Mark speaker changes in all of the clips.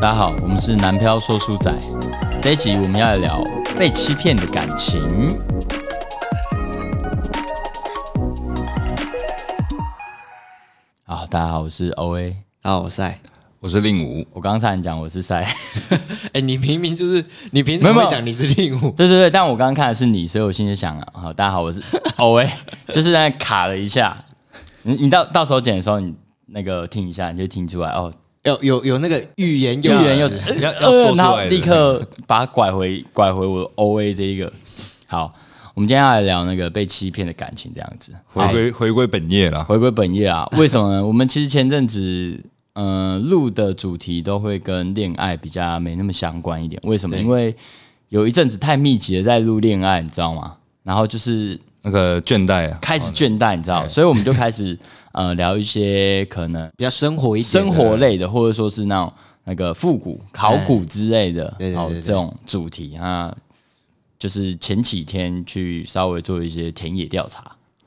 Speaker 1: 大家好，我们是南漂说书仔。这一集我们要来聊被欺骗的感情。好，啊大家好，我是 O A。
Speaker 2: 啊，我塞！
Speaker 3: 我是令武，
Speaker 1: 我刚才讲我是塞，
Speaker 2: 哎、你明明就是你平
Speaker 1: 没有
Speaker 2: 常
Speaker 1: 没有
Speaker 2: 会讲你是令武，
Speaker 1: 对对对，但我刚刚看的是你，所以我心里想啊，好，大家好，我是 O A，就是在那卡了一下。你你到到时候剪的时候，你那个听一下，你就听出来哦，
Speaker 2: 有有有那个欲言又
Speaker 1: 欲言又
Speaker 2: 止
Speaker 3: 要要说出
Speaker 1: 呃然后
Speaker 3: 来的
Speaker 1: 立刻把它拐回 拐回我 O A 这一个。好，我们今天要来聊那个被欺骗的感情这样子。哎
Speaker 3: 回归回归本业啦。
Speaker 1: 回归本业 啊，为什么呢？我们其实前阵子，呃，录的主题都会跟恋爱比较没那么相关一点。为什么？因为有一阵子太密集的在录恋爱，你知道吗？然后就是
Speaker 3: 那个倦怠啊，
Speaker 1: 开始倦怠，你知道，所以我们就开始呃聊一些可能
Speaker 2: 比较生活一点。
Speaker 1: 生活类的，或者说是那种那个复古、考古之类的，
Speaker 2: 哎对对对
Speaker 1: 好
Speaker 2: 对
Speaker 1: 这种主题啊，就是前几天去稍微做一些田野调查，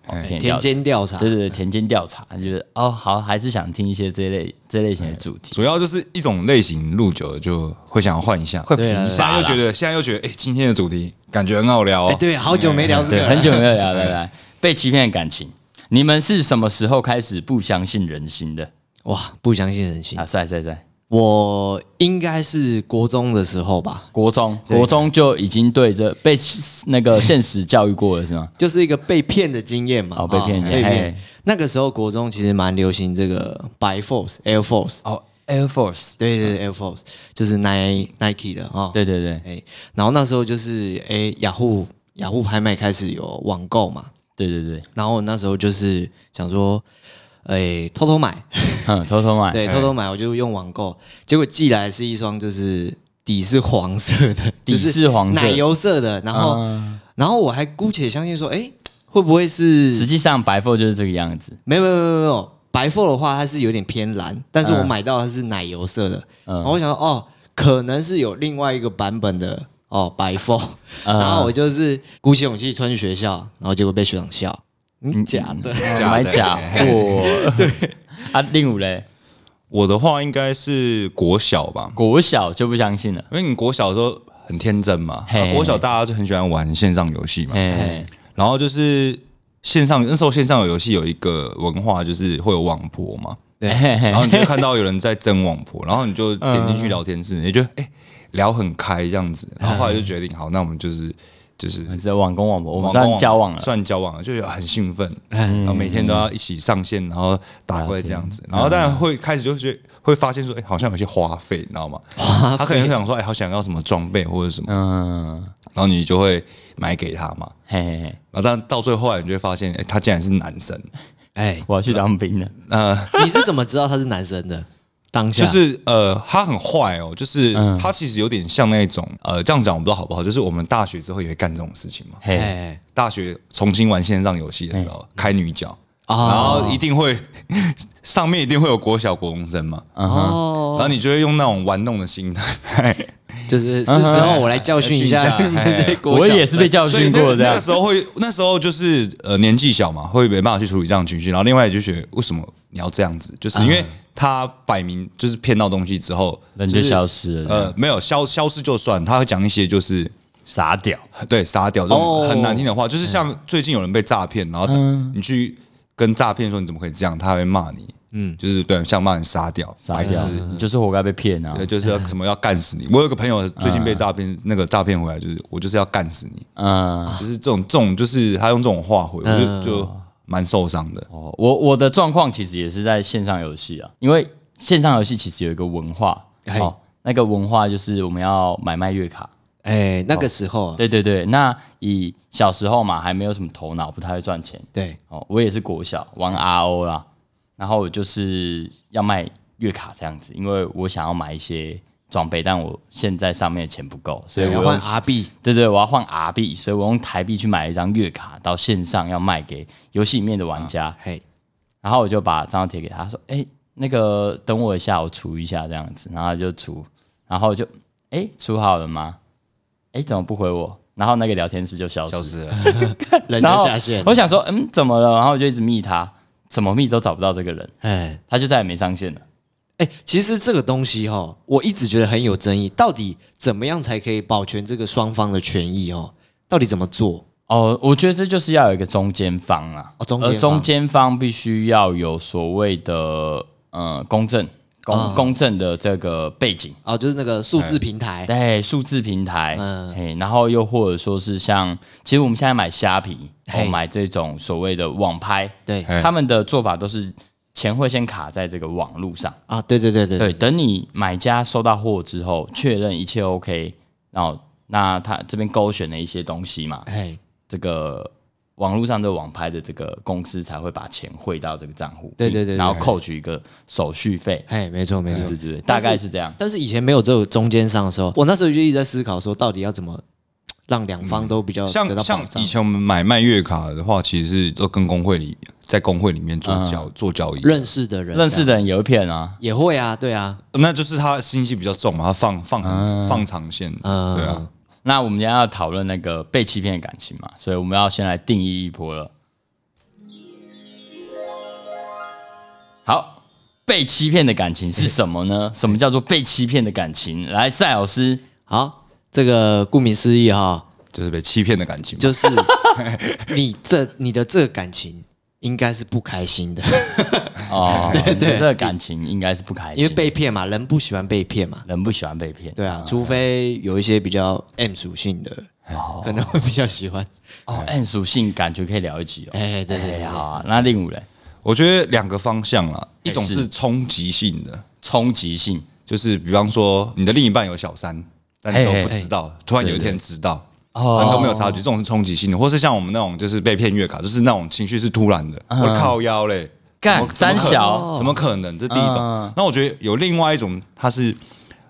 Speaker 1: 哦
Speaker 3: 哎
Speaker 1: 田野调
Speaker 2: 田
Speaker 1: 查，
Speaker 2: 间调查，
Speaker 1: 对对对，田间调查，就是哦，好，还是想听一些这类这类型的主题，
Speaker 2: 哎
Speaker 3: 主要就是一种类型录久了就会想要换一下，会
Speaker 2: 疲乏啦
Speaker 3: 啊现在又觉得现在又觉得，哎，今天的主题感觉很好聊
Speaker 2: 哎、
Speaker 3: 哦。
Speaker 2: 对，好久没聊这
Speaker 1: 嗯
Speaker 2: 个
Speaker 1: 对，
Speaker 2: 了，
Speaker 1: 很久没有聊了，来来，被欺骗的感情。你们是什么时候开始不相信人心的？
Speaker 2: 哇，不相信人性。
Speaker 1: 啊，在在在，
Speaker 2: 我应该是国中的时候吧，
Speaker 1: 国中，国中就已经对这被那个现实教育过了是吗？
Speaker 2: 就是一个被骗的经验嘛。
Speaker 1: 哦被骗的经验
Speaker 2: 被
Speaker 1: 嘿
Speaker 2: 骗。那个时候国中其实蛮流行这个 By Force Air Force，
Speaker 1: 哦，Air Force，
Speaker 2: 对对对，Air Force 就是 Nike Nike 的哦。
Speaker 1: 对对对，
Speaker 2: 哎、然后那时候就是哎、雅虎雅虎拍卖开始有网购嘛，
Speaker 1: 对对对，
Speaker 2: 然后我那时候就是想说，哎、偷偷买，
Speaker 1: 嗯，偷偷买，
Speaker 2: 对，偷偷买，我就用网购，结果寄来是一双就是底是黄色 的，
Speaker 1: 底是黄色
Speaker 2: 就是奶油色的，然后、
Speaker 1: 嗯
Speaker 2: 然后我还姑且相信说，哎、会不会是？
Speaker 1: 实际上白富就是这个样子，
Speaker 2: 没有没有没有没有，白凤的话它是有点偏蓝，但是
Speaker 1: 嗯
Speaker 2: 我买到它是奶油色的，然后我想说哦，可能是有另外一个版本的哦白凤，
Speaker 1: 嗯
Speaker 2: 然后我就是鼓起勇气穿去学校，然后结果被学长笑，嗯，假的，
Speaker 3: 的
Speaker 1: 买假货。对 啊，令武嘞，
Speaker 3: 我的话应该是国小吧，
Speaker 1: 国小就不相信了，
Speaker 3: 因为你国小的时候很天真嘛，
Speaker 1: 嘿
Speaker 3: 啊国小大家就很喜欢玩线上游戏嘛，
Speaker 1: 哎，
Speaker 3: 然后就是线上那时候线上游戏有一个文化，就是会有网婆嘛，
Speaker 1: 嘿嘿哦
Speaker 3: 然后你就会看到有人在争网婆，然后你就点进去聊天室，你就哎、诶聊很开这样子，
Speaker 1: 嗯
Speaker 3: 然后后来就决定好，那我们就是就是
Speaker 1: 你知道网公网嗯婆，我们
Speaker 3: 网
Speaker 1: 算
Speaker 3: 公
Speaker 1: 交往了，嗯
Speaker 3: 算交往了，就有很兴奋，然后每天都要一起上线，然后打怪这样子，然后当然会开始就觉会发现说，哎、好像有些花费，你知道吗？他可能会想说，哎、好想要什么装备或者什么，
Speaker 1: 嗯，
Speaker 3: 然后你就会买给他嘛，
Speaker 1: 嘿嘿嘿，
Speaker 3: 然后但到最后来你就会发现，哎、他竟然是男生，
Speaker 2: 哎、
Speaker 1: 我要去当兵了，
Speaker 2: 你是怎么知道他是男生的？当下
Speaker 3: 就是呃，他很坏哦，就是、他其实有点像那种呃，这样讲我不知道好不好，就是我们大学之后也会干这种事情嘛。
Speaker 2: 哎、
Speaker 1: 嘿，
Speaker 3: 大学重新玩线上游戏的时候，开女角，然
Speaker 1: 啊
Speaker 3: 后
Speaker 2: 哦
Speaker 3: 一定会 上面一定会有国小国中生嘛，
Speaker 1: 啊
Speaker 2: 哦，
Speaker 3: 然后你就会用那种玩弄的心态，
Speaker 1: 啊
Speaker 2: 就是是时候我来教训一下
Speaker 3: 教 训一下
Speaker 2: 这些国
Speaker 1: 哎我
Speaker 2: 小
Speaker 1: 也是被教
Speaker 3: 所以
Speaker 1: 训
Speaker 3: 那
Speaker 1: 过哦这
Speaker 3: 那
Speaker 1: 样
Speaker 3: 个，时候会，那时候就是呃年纪小嘛，会没办法去处理这样的情绪。然后另外就觉得为什么你要这样子，就是因为他摆明就是骗到东西之后，
Speaker 1: 人就消失了这样，
Speaker 3: 呃，没有消消失就算，他会讲一些就是
Speaker 1: 傻屌，
Speaker 3: 对杀掉这种
Speaker 2: 哦嗯
Speaker 3: 很难听的话，就是像最近有人被诈骗，然后他你去跟诈骗说你怎么可以这样，他会骂你，嗯，就是对，像骂你杀掉，
Speaker 1: 傻
Speaker 3: 白
Speaker 1: 屌
Speaker 3: 痴。，
Speaker 1: 你就是活该被骗啊
Speaker 3: 对，，就是
Speaker 2: 嗯
Speaker 3: 要什么要干死你。我有个朋友最近被诈骗，那个诈骗回来就是我就是要干死你，
Speaker 1: 嗯。
Speaker 3: 就是这种这种就是他用这种话回，我
Speaker 2: 嗯
Speaker 3: 就就蛮受伤的。
Speaker 1: 哦，我我的状况其实也是在线上游戏啊，因为线上游戏其实有一个文化，
Speaker 2: 哎
Speaker 1: 哦，那个文化就是我们要买卖月卡。
Speaker 2: 哎、那个时候啊，
Speaker 1: 对对对，那以小时候嘛，还没有什么头脑，不太会赚钱。
Speaker 2: 对，
Speaker 1: 哦，我也是国小玩 RO 啦，然后我就是要卖月卡这样子，因为我想要买一些装备，但我现在上面的钱不够，所以我
Speaker 2: 哎要
Speaker 1: 用
Speaker 2: 换 R B，
Speaker 1: 对对，我要换 R 币，所以我用台币去买了一张月卡，到线上要卖给游戏里面的玩家。
Speaker 2: 嘿，
Speaker 1: 然后我就把账号贴给他，说：“哎、那个等我一下，我除一下这样子。”然后他就除，然后我就哎、除好了吗？哎、怎么不回我？然后那个聊天室就消失，
Speaker 3: 消失了，
Speaker 2: 人
Speaker 1: 然
Speaker 2: 家
Speaker 1: 后
Speaker 2: 下线，
Speaker 1: 我想说，嗯，怎么了？然后我就一直密他，怎么密都找不到这个人，
Speaker 2: 哎
Speaker 1: 他就再也没上线了。
Speaker 2: 哎、哎、其实这个东西哈、哦，我一直觉得很有争议，到底怎么样才可以保全这个双方的权益哦？到底怎么做？
Speaker 1: 哦，我觉得这就是要有一个中间方啊，
Speaker 2: 哦中间方
Speaker 1: 而中间方必须要有所谓的呃公正公、
Speaker 2: 啊
Speaker 1: 公正的这个背景，
Speaker 2: 哦，就是那个数
Speaker 1: 哎
Speaker 2: 字平台，
Speaker 1: 对数字平台，
Speaker 2: 嗯
Speaker 1: 嘿，然后又或者说是像，其实我们现在买虾皮，
Speaker 2: 嘿嗯
Speaker 1: 哦，买这种所谓的网拍，
Speaker 2: 对
Speaker 3: 哎
Speaker 1: 他们的做法都是钱会先卡在这个网路上，
Speaker 2: 啊，对对对对
Speaker 1: 对，等你买家收到货之后，确认一切 OK，然后那他这边勾选了一些东西嘛，
Speaker 2: 哎，
Speaker 1: 这个网络上的网拍的这个公司才会把钱汇到这个账户里，
Speaker 2: 对对对对
Speaker 1: 然后扣取一个手续费，
Speaker 2: 哎，没错没错
Speaker 1: 对。对对，大概是这样。
Speaker 2: 但是以前没有这种中间商的时候，我那时候就一直在思考说，到底要怎么让两方都比较得
Speaker 3: 像
Speaker 2: 到
Speaker 3: 像
Speaker 2: 保障
Speaker 3: 以，前我们买卖月卡的话，其实是都跟工会里在工会里面做
Speaker 2: 嗯
Speaker 3: 交、做交易，
Speaker 2: 认识的人
Speaker 1: 认识的人有一片啊，
Speaker 2: 也会啊，对啊，
Speaker 3: 那就是他心机比较重嘛，他放放很、放长线，
Speaker 2: 嗯
Speaker 3: 对啊，
Speaker 1: 那我们今天要讨论那个被欺骗的感情嘛，所以我们要先来定义一波了。好，被欺骗的感情是什么呢？什么叫做被欺骗的感情？来，赛老师，
Speaker 2: 好，这个顾名思义哈、
Speaker 3: 就是被欺骗的感情嘛。
Speaker 2: 就是你这你的这个感情应该是不开心 的，
Speaker 1: 哦，对对，这个感情应该是不开心，
Speaker 2: 因为被骗嘛，人不喜欢被骗嘛，
Speaker 1: 人不喜欢被骗。
Speaker 3: 哎
Speaker 2: 对啊，除非有一些比较 M 属性的，可能会比较喜 欢。
Speaker 1: 哦，N 属性感觉可以聊一集哦。
Speaker 2: 哎，对对对
Speaker 1: 哎，好啊，那另五嘞，
Speaker 3: 我觉得两个方向啦，一种
Speaker 1: 哎是
Speaker 3: 是冲击性的，
Speaker 1: 冲击性，
Speaker 3: 就是比方说你的另一半有小三，但你都不知道，突然有一天知道，但
Speaker 1: 哦
Speaker 3: 都没有察觉，这种是冲击性的，或是像我们那种就是被骗月卡，就是那种情绪是突然的，
Speaker 1: 嗯
Speaker 3: 我靠腰嘞，
Speaker 1: 干
Speaker 3: 怎么怎么可能哦
Speaker 1: 三小
Speaker 3: 怎么可能？这第一种。
Speaker 1: 嗯
Speaker 3: 那我觉得有另外一种，它是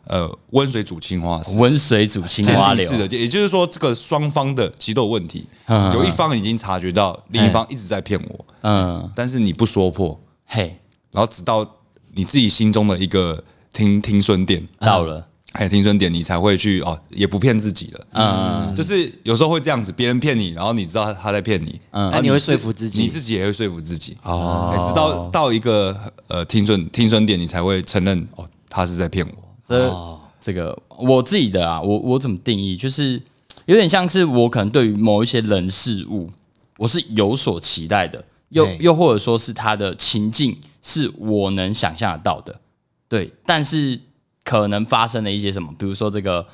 Speaker 3: 呃温水煮青蛙式。
Speaker 1: 温水煮青
Speaker 3: 渐
Speaker 1: 蛙
Speaker 3: 进
Speaker 1: 流
Speaker 3: 式，的，也就是说，这个双方的其实都有问题，有一方已经察觉到另一方一直在骗我，
Speaker 1: 嗯，
Speaker 3: 但是你不说破，
Speaker 1: 嘿，
Speaker 3: 然后直到你自己心中的一个停停损点，
Speaker 1: 到了，
Speaker 3: 还有停损点，你才会去哦，也不骗自己了。嗯，就是有时候会这样子，别人骗你，然后你知道他他在骗你，嗯，
Speaker 2: 那你会说服自己
Speaker 3: 你自己也会说服自己，哦，直到到一个呃停损停损点，你才会承认哦，他是在骗我。
Speaker 1: 哦这这个我自己的啊，我我怎么定义？就是有点像是我可能对于某一些人事物，我是有所期待的，又
Speaker 2: 嘿
Speaker 1: 又或者说是他的情境是我能想象得到的，对，但是可能发生了一些什么，比如说这个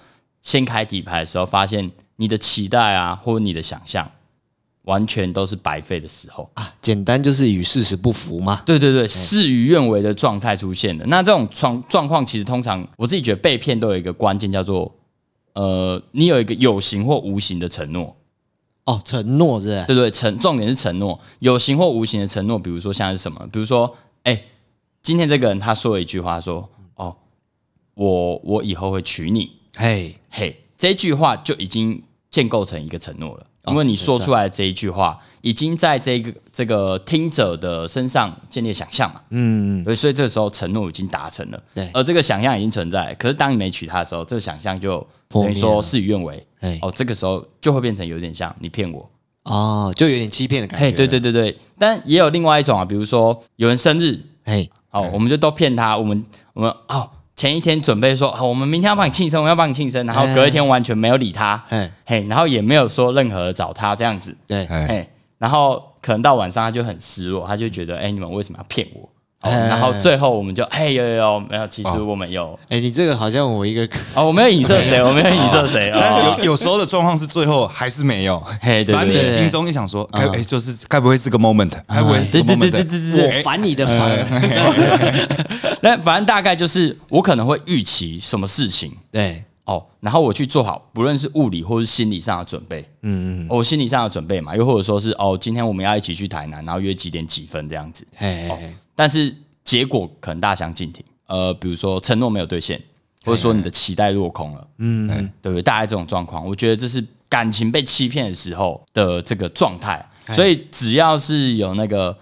Speaker 1: 掀开底牌的时候，发现你的期待啊，或者你的想象，完全都是白费的时候。
Speaker 2: 啊，简单就是与事实不符嘛。
Speaker 1: 对对对，事与愿违的状态出现的。那这种状状况，其实通常我自己觉得被骗都有一个关键叫做，呃，你有一个有形或无形的承诺，
Speaker 2: 哦，承诺是不是
Speaker 1: 对对，承重点是承诺，有形或无形的承诺，比如说像是什么，比如说，哎，今天这个人他说了一句话说，哦，我我以后会娶你，
Speaker 2: 嘿，
Speaker 1: 嘿，这句话就已经建构成一个承诺了，因为你说出来的这一句话，已经在这个这个听者的身上建立想象嘛，嗯，所以这个时候承诺已经达成了，
Speaker 2: 对
Speaker 1: 而这个想象已经存在，可是当你没娶她的时候，这个想象就
Speaker 2: 破
Speaker 1: 等
Speaker 2: 灭
Speaker 1: 于
Speaker 2: 了
Speaker 1: 说事与愿违，
Speaker 2: 哎
Speaker 1: 哦，这个时候就会变成有点像你骗我，
Speaker 2: 哦，就有点欺骗的感觉。
Speaker 1: 嘿，对对，对对，但也有另外一种啊，比如说有人生日，
Speaker 2: 嘿，
Speaker 3: 嗯
Speaker 1: 哦，我们就都骗他，我们我们哦，前一天准备说，哦，我们明天要帮你庆生，我们要帮你庆生，然
Speaker 3: 哎
Speaker 1: 后隔一天完全没有理他，
Speaker 2: 哎
Speaker 1: 嘿，然后也没有说任何找他这样子，
Speaker 2: 对，
Speaker 3: 哎，
Speaker 1: 嘿，然后可能到晚上他就很失落，他就觉得，哎，你们为什么要骗我？哦，
Speaker 2: 哎
Speaker 1: 然后最后我们就，哎，有有有，没有，其
Speaker 3: 哦
Speaker 1: 实我们有，
Speaker 2: 哎，你这个好像我一个
Speaker 1: 哦，我没有影射 谁，我没有影射谁，
Speaker 3: 但是
Speaker 1: 哦，
Speaker 3: 有有时候的状况是最后还是没有，
Speaker 1: 嘿，对
Speaker 3: 然后
Speaker 1: 对
Speaker 3: 你
Speaker 1: 对，
Speaker 3: 心中一想说，该哎就是该不会是个 moment，该 不会是
Speaker 1: 对
Speaker 3: 个
Speaker 1: 对对对
Speaker 3: moment？
Speaker 1: 对对，
Speaker 2: 我烦你的烦，
Speaker 1: 那反正大概就是我可能会预期什么事情，
Speaker 2: 对，
Speaker 1: 哦，然后我去做好，不论是物理或是心理上的准备，嗯嗯，我心理上的准备嘛，又或者说是哦，今天我们要一起去台南，然后约几点几分这样子，
Speaker 2: 嘿，嘿嘿
Speaker 1: 但是结果可能大相径庭，呃，比如说承诺没有兑现，或者说你的期待落空了，嗯，对不对？大概这种状况，我觉得这是感情被欺骗的时候的这个状态，所以只要是有那个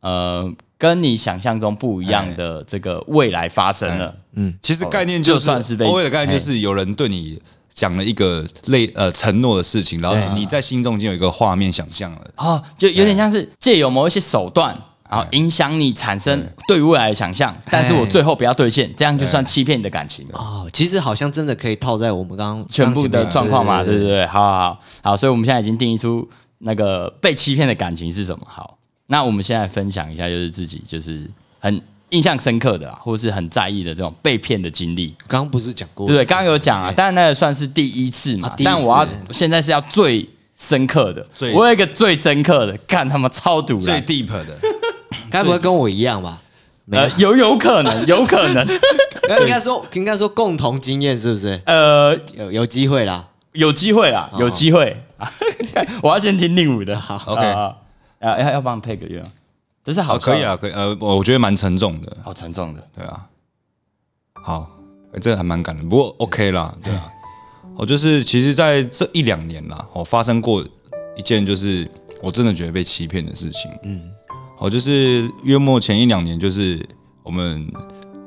Speaker 1: 呃跟你想象中不一样的这个未来发生了，
Speaker 3: 其实概念
Speaker 1: 哦
Speaker 3: 就
Speaker 1: 就是算是被
Speaker 3: 欧威的概念就是有人对你讲了一个类呃承诺的事情， 然后你在心中已经有一个画面想象了。
Speaker 1: 哦，就有点像是借由某一些手段，然后影响你产生对未来的想象，但是我最后不要兑现，这样就算欺骗你的感情。
Speaker 2: 哦，其实好像真的可以套在我们刚刚啊
Speaker 1: 全部的状况嘛，
Speaker 2: 对
Speaker 1: 对
Speaker 2: 对
Speaker 1: 不对？好好好好，所以我们现在已经定义出那个被欺骗的感情是什么。好，那我们现在分享一下，就是自己就是很印象深刻的啊，或是很在意的这种被骗的经历，
Speaker 2: 对刚刚不是讲过
Speaker 1: 对不对？刚刚有讲啊，但那个算是第一次嘛
Speaker 2: 啊，第一次
Speaker 1: 但我要现在是要最深刻的
Speaker 3: 最，
Speaker 1: 我有一个最深刻的，干他妈超毒
Speaker 3: 最
Speaker 1: 了。
Speaker 3: deep 的，
Speaker 2: 该不会跟我一样吧？没有
Speaker 1: 呃，，有有可能，有可 能，
Speaker 2: 呃应该说应该说共同经验是不是？
Speaker 1: 呃，
Speaker 2: 有有机会啦，
Speaker 1: 有机会
Speaker 3: 哦
Speaker 1: 啦，有机会。 我要先听令武的，好
Speaker 3: OK
Speaker 1: 啊，要要要帮我配个乐吗，这是好
Speaker 3: 好，
Speaker 1: 笑
Speaker 3: 可
Speaker 1: 的
Speaker 3: 以，啊，可以，呃，我我觉得蛮沉重的，
Speaker 1: 好沉重的，
Speaker 3: 对啊，好，欸这个还蛮感人，不过 OK 啦，对啊，我就是其实在这一两年啦，我发生过一件就是我真的觉得被欺骗的事情，嗯，我就是月末前一两年，就是我们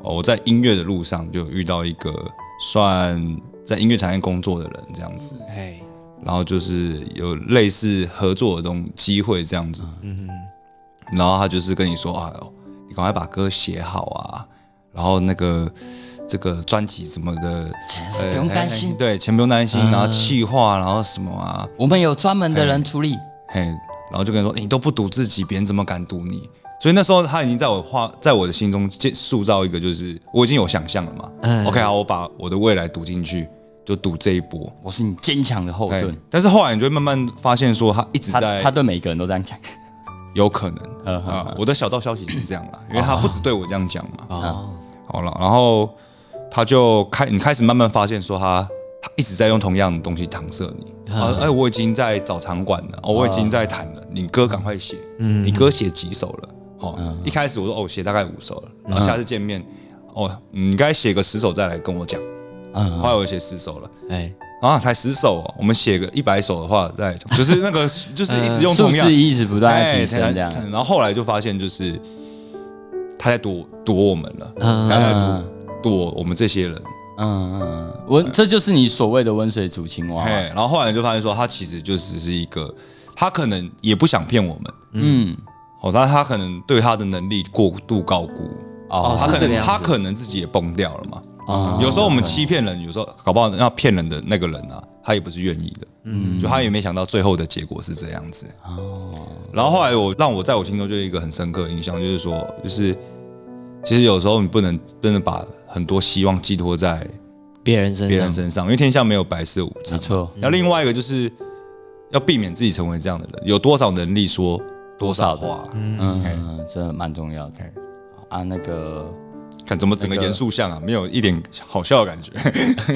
Speaker 3: 哦我在音乐的路上就遇到一个算在音乐产业工作的人这样子，
Speaker 2: 哎，
Speaker 3: 然后就是有类似合作的东机会这样子，嗯然后他就是跟你说啊，你赶快把歌写好啊，然后那个这个专辑什么的，
Speaker 1: 钱是不用担
Speaker 3: 哎哎
Speaker 1: 心，嗯
Speaker 3: 对，钱不用担心，然后气化，然后什么啊，
Speaker 1: 我们有专门的人
Speaker 3: 哎
Speaker 1: 处理。
Speaker 3: 嘿，然后就跟你说你都不读自己，别人怎么敢读你？所以那时候他已经在我画，在我的心中建塑造一个，就是我已经有想象了嘛。OK，好，我
Speaker 1: 嗯
Speaker 3: 把我的未来读进去，就读这一波。
Speaker 1: 我是你坚强的后
Speaker 3: 哎
Speaker 1: 盾，
Speaker 3: 但是后来你就会慢慢发现，说他一直
Speaker 1: 他
Speaker 3: 在
Speaker 1: 他对每个人都这样讲。
Speaker 3: 有可能
Speaker 1: 嗯嗯哦
Speaker 3: 啊、我的小道消息是这样啦，因为他不止对我这样讲嘛。哦，好了，然后他就开，你开始慢慢发现说他他一直在用同样的东西搪塞你。
Speaker 1: 嗯
Speaker 3: 啊，哎，我已经在找场馆了，哦，我已经在谈了，你歌赶快写，
Speaker 1: 嗯
Speaker 3: 你歌写几首了？好，一开始我说哦，我写大概五首了，然
Speaker 1: 嗯
Speaker 3: 后下次见面，哦，你该写个十首再来跟我讲。
Speaker 1: 嗯
Speaker 3: 后来我写十首了。
Speaker 2: 哎，
Speaker 3: 啊，才十首哦！我们写个一百首的话，再讲，就是那 个，就是一直用
Speaker 1: 呃数
Speaker 3: 同样
Speaker 1: 字一直不断在提
Speaker 3: 哎
Speaker 1: 升，这样
Speaker 3: 才然后后来就发现，就是他在躲躲我们了，
Speaker 1: 啊
Speaker 2: 嗯
Speaker 3: 他在哎躲躲我们这些人。
Speaker 1: 嗯嗯嗯，温，这就是你所谓的温水煮青蛙
Speaker 3: 嘿，。然后后来就发现说，他其实就只是一个，他可能也不想骗我们，
Speaker 1: 嗯，
Speaker 3: 哦，但他可能对他的能力过度高估，
Speaker 1: 哦
Speaker 2: 哦，
Speaker 3: 他
Speaker 2: 是
Speaker 3: 可
Speaker 2: 这个
Speaker 3: 能
Speaker 2: 样子
Speaker 3: 他可能自己也崩掉了嘛。
Speaker 1: 哦
Speaker 3: 有时候我们欺骗人，有时候搞不好那骗人的那个人啊，他也不是愿意的，嗯，就他也没想到最后的结果是这样子。哦，然后后来我让我在我心中就有一个很深刻的印象，就是说，就是其实有时候你不能真的把很多希望寄托在
Speaker 2: 别人身
Speaker 3: 别
Speaker 2: 上
Speaker 3: 人身上，因为天下没有白吃的午
Speaker 1: 没。
Speaker 3: 餐
Speaker 1: 错，
Speaker 3: 那另外一个就是要避免自己成为这样的人，有多少能力说多少话，嗯，哎
Speaker 1: 嗯，嗯这蛮重要的啊。那个
Speaker 3: 看怎么整个严肃像啊，没有一点好笑的感觉。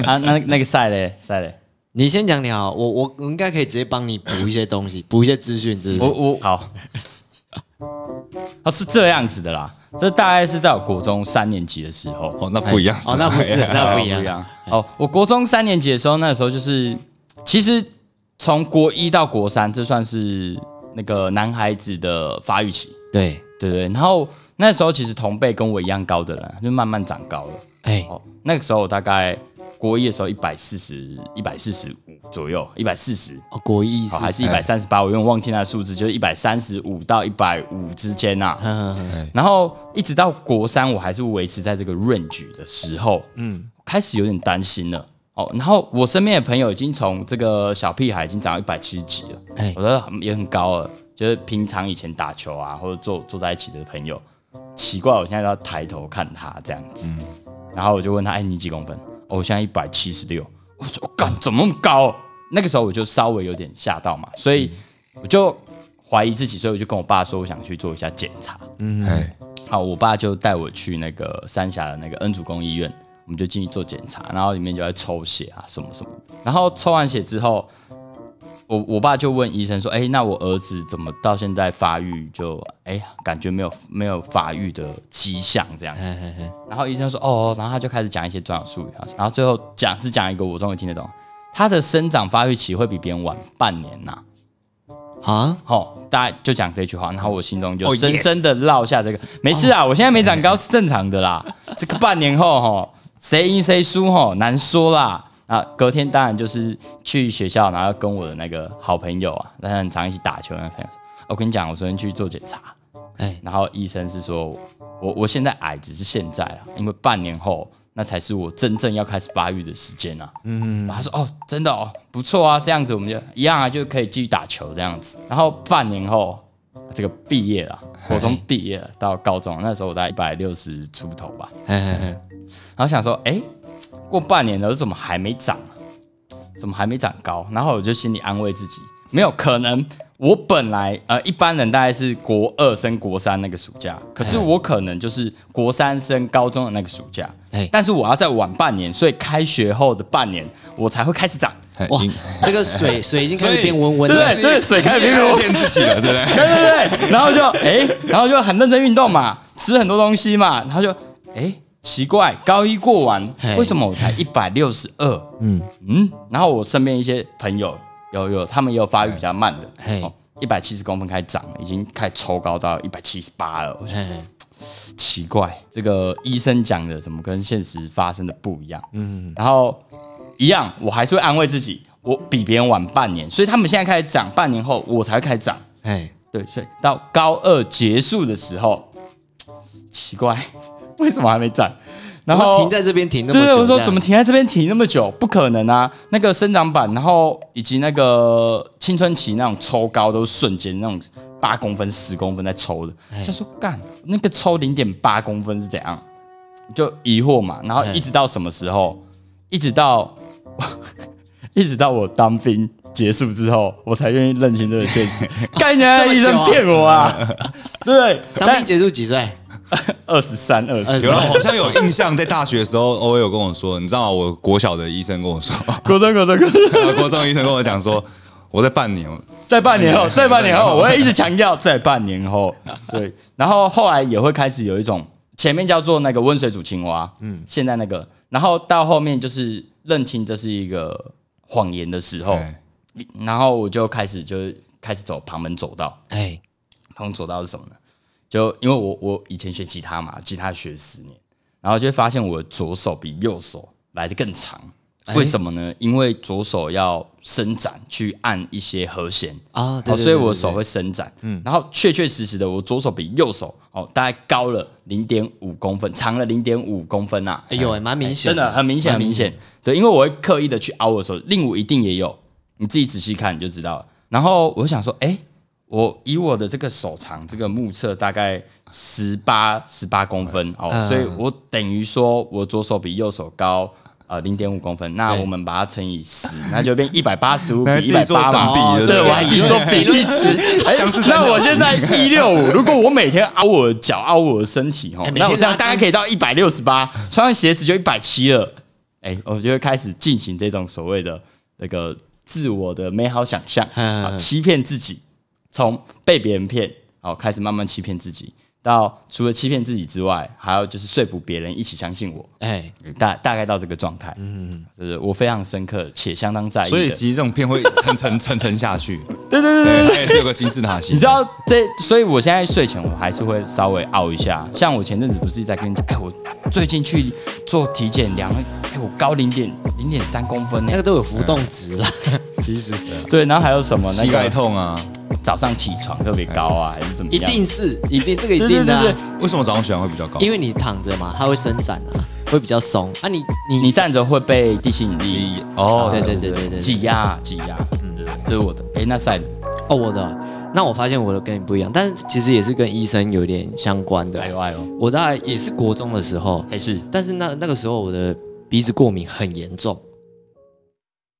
Speaker 1: 啊，那那个赛嘞，赛嘞，
Speaker 2: 你先讲你好，我我我应该可以直接帮你补一些东西，补一些资讯，是不
Speaker 1: 我
Speaker 2: 是？
Speaker 1: 我好， 哦是这样子的啦，这大概是在我国中三年级的时候，
Speaker 3: 哦，那不一样，
Speaker 1: 哎
Speaker 2: 哦，那不是，那不一
Speaker 1: 不一
Speaker 2: 样。
Speaker 1: 样。哦，我国中三年级的时候，那时候就是，其实从国一到国三，这算是那个男孩子的发育期，
Speaker 2: 对，
Speaker 1: 对不对？然后那时候其实同辈跟我一样高的人，就慢慢长高了。
Speaker 2: 哎，
Speaker 1: 哦，那个时候我大概国一的时候一百四十、一百四十五左右，一百四十。
Speaker 2: 哦，国一是
Speaker 1: 好，还是一
Speaker 3: 哎
Speaker 1: 百三十八，我有点忘记那个数字，就是一百三十五到一百五之间呐、啊。
Speaker 2: 嗯，
Speaker 1: 然后一直到国三，我还是维持在这个 range 的时候，嗯，开始有点担心了。哦，然后我身边的朋友已经从这个小屁孩已经长到一百七十几了，
Speaker 2: 哎
Speaker 1: 我觉得也很高了。就是平常以前打球啊，或者坐坐在一起的朋友，奇怪，我现在都要抬头看他这样子。
Speaker 2: 嗯
Speaker 1: 然后我就问他，哎，你几公分？哦，我现在一百七十六。我说，我干，怎么那么高？那个时候我就稍微有点吓到嘛，所以我就怀疑自己，所以我就跟我爸说，我想去做一下检查。
Speaker 3: 哎，
Speaker 1: 好，我爸就带我去那个三峡的那个恩主公医院，我们就进去做检查，然后里面就在抽血啊什么什么的。然后抽完血之后，我我爸就问医生说：“哎、那我儿子怎么到现在发育就哎、感觉没有没有发育的迹象这样子？”然后医生说：“哦。”然后他就开始讲一些专有术语啊，然后最后讲只讲一个我终于听得懂，他的生长发育期会比别人晚半年呐、
Speaker 2: 啊，
Speaker 1: 好，大家就讲这句话，然后我心中就
Speaker 3: Oh,
Speaker 1: 深
Speaker 3: yes.
Speaker 1: 深的烙下这个。没事啊，我现在没长高是正常的啦。这个半年后吼，谁赢谁输吼难说啦。啊，隔天当然就是去学校，然后跟我的那个好朋友啊，当然常一起打球的那个朋友说，哦我跟你讲，我昨天去做检查，
Speaker 2: 哎，
Speaker 1: 然后医生是说，我我现在矮只是现在啊，因为半年后那才是我真正要开始发育的时间啊。嗯，然后他说哦，真的哦，不错啊，这样子我们就一样啊，就可以继续打球这样子。然后半年后这个毕业了，国中毕业了到高中，那时候我大概一百六十出头吧，
Speaker 2: 哎哎哎，
Speaker 1: 然后想说，哎，过半年了，怎么还没长啊？怎么还没长高？然后我就心里安慰自己，没有可能。我本来呃，一般人大概是国二升国三那个暑假，可是我可能就是国三升高中的那个暑假，
Speaker 2: 哎
Speaker 1: 但是我要再晚半年，所以开学后的半年我才会开始长。
Speaker 2: 哇
Speaker 3: 哇，因，
Speaker 2: 这个水水已经开始变温温
Speaker 1: 对
Speaker 2: 了
Speaker 1: 对，对，水开始变
Speaker 3: 又
Speaker 1: 多
Speaker 3: 骗自己了，对不 对？
Speaker 1: 对对对，然后就哎、然后就很认真运动嘛，吃很多东西嘛，然后就哎、奇怪，高一过完
Speaker 2: 嘿，
Speaker 1: 为什么我才一百六十二？嗯嗯，然后我身边一些朋友有有，他们也有发育比较慢
Speaker 2: 嘿
Speaker 1: 的，哦一百七十公分开始长了，已经开始抽高到一百七十八了。我说
Speaker 2: 哎哎
Speaker 1: 奇怪，这个医生讲的怎么跟现实发生的不一样？嗯，然后一样，我还是会安慰自己，我比别人晚半年，所以他们现在开始长，半年后我才会开始长。
Speaker 2: 哎，
Speaker 1: 对，所以到高二结束的时候，奇怪， 为什么还没涨？然
Speaker 2: 然后
Speaker 1: 后
Speaker 2: 停在这边停那么久，
Speaker 1: 对，我
Speaker 2: 这
Speaker 1: 说
Speaker 2: 样
Speaker 1: 怎么停在这边停那么久？不可能啊！那个生长板，然后以及那个青春期那种抽高都是瞬间那种八公分、十公分在抽的，
Speaker 2: 哎
Speaker 1: 就说干那个抽零点八公分是怎样？就疑惑嘛。然后
Speaker 2: 哎
Speaker 1: 一直到什么时候？一直到 一直到我当兵结束之后，我才愿意认清这个现 实。干你娘！
Speaker 2: 这么
Speaker 1: 医
Speaker 2: 久啊
Speaker 1: 生骗我啊！对，
Speaker 2: 当兵结束几岁？
Speaker 1: 二十三、二十
Speaker 3: 有，啊好像有印象，在大学的时候，偶尔有跟我说，你知道吗？我国小的医生跟我说，
Speaker 1: 国中、国中、国中。
Speaker 3: 国中医生跟我讲说，我在半年，
Speaker 1: 在半年后，在半年后，我会一直强调在半年后。对，然后后来也会开始有一种前面叫做那个温水煮青蛙，嗯，现在那个，然后到后面就是认清这是一个谎言的时候，
Speaker 3: 哎
Speaker 1: 然后我就开始就开始走旁门左道。
Speaker 2: 哎，
Speaker 1: 旁门左道是什么呢？就因为我我以前学吉他嘛，吉他学十年，然后就会发现我的左手比右手来的更长。
Speaker 2: 哎
Speaker 1: 为什么呢？因为左手要伸展去按一些和弦
Speaker 2: 啊对对对
Speaker 1: 哦所以我的手会伸展。嗯，然后确确实实的，我左手比右手哦大概高了零点五公分，长了零点五公分啊。
Speaker 2: 哎呦，哎蛮明显，
Speaker 1: 真的很明显，很明显。对，因为我会刻意的去凹的时候，令我一定也有，你自己仔细看你就知道了。然后我想说，哎、我以我的这个手长，这个目测大概十八十八公分哦，
Speaker 2: 嗯
Speaker 1: 所以我等于说我左手比右手高。呃，零点五公分，那
Speaker 2: 对
Speaker 1: 我们把它乘以十，那就变一百八 十五比
Speaker 3: 还
Speaker 1: 一
Speaker 3: 自
Speaker 1: 百
Speaker 3: 己做
Speaker 1: 八嘛
Speaker 3: 等。比的
Speaker 1: 对，
Speaker 3: 对
Speaker 1: 我还自己做比例尺。 哎
Speaker 3: 像是，三角
Speaker 1: 那
Speaker 3: 形
Speaker 1: 我现在一六五，如果我每天凹我的脚、凹我的身体，哦
Speaker 2: 哎，每
Speaker 1: 那
Speaker 2: 天
Speaker 1: 我这样
Speaker 2: 拉筋
Speaker 1: 大概可以到一百六十八，穿上鞋子就一百七了。哎，我就会开始进行这种所谓的那个自我的美好想象，
Speaker 2: 嗯
Speaker 1: 啊欺骗自己，从被别人骗，哦，开始慢慢欺骗自己，到除了欺骗自己之外，还有就是说服别人一起相信我，
Speaker 2: 哎，
Speaker 1: 大大概到这个状态，嗯，就是我非常深刻且相当在意的。
Speaker 3: 所以其实这种片会层层层层下去，
Speaker 1: 对对对
Speaker 3: 对，它也是有个金字塔型。
Speaker 1: 你知道这，所以我现在睡前我还是会稍微熬一下。像我前阵子不是在跟你讲，哎、我最近去做体检量，哎、我高零点零点三公分呢、
Speaker 2: 那个都有浮动值了，
Speaker 3: 其实
Speaker 1: 对，然后还有什么那
Speaker 3: 膝盖
Speaker 1: 个
Speaker 3: 痛啊，
Speaker 1: 早上起床特别高啊，还是怎么
Speaker 2: 一
Speaker 1: 样？
Speaker 2: 定是一定这个一
Speaker 1: 对
Speaker 2: 定的
Speaker 1: 对对
Speaker 2: 啊
Speaker 1: 对，
Speaker 3: 为什么早上起来会比较高？
Speaker 2: 因为你躺着嘛，它会伸展啊，会比较松啊，你你
Speaker 1: 你站着会被地心引力啊
Speaker 3: 你哦，
Speaker 2: 对对对对对对，
Speaker 1: 挤压，挤压。嗯，这是我的。哎、那赛的，
Speaker 2: 哦，我的哦，那我发现我的跟你不一样，但是其实也是跟医生有点相关的
Speaker 1: 哎。呦哎呦，
Speaker 2: 我大概也是国中的时候，
Speaker 1: 还是
Speaker 2: 但是那那个时候我的鼻子过敏很严重，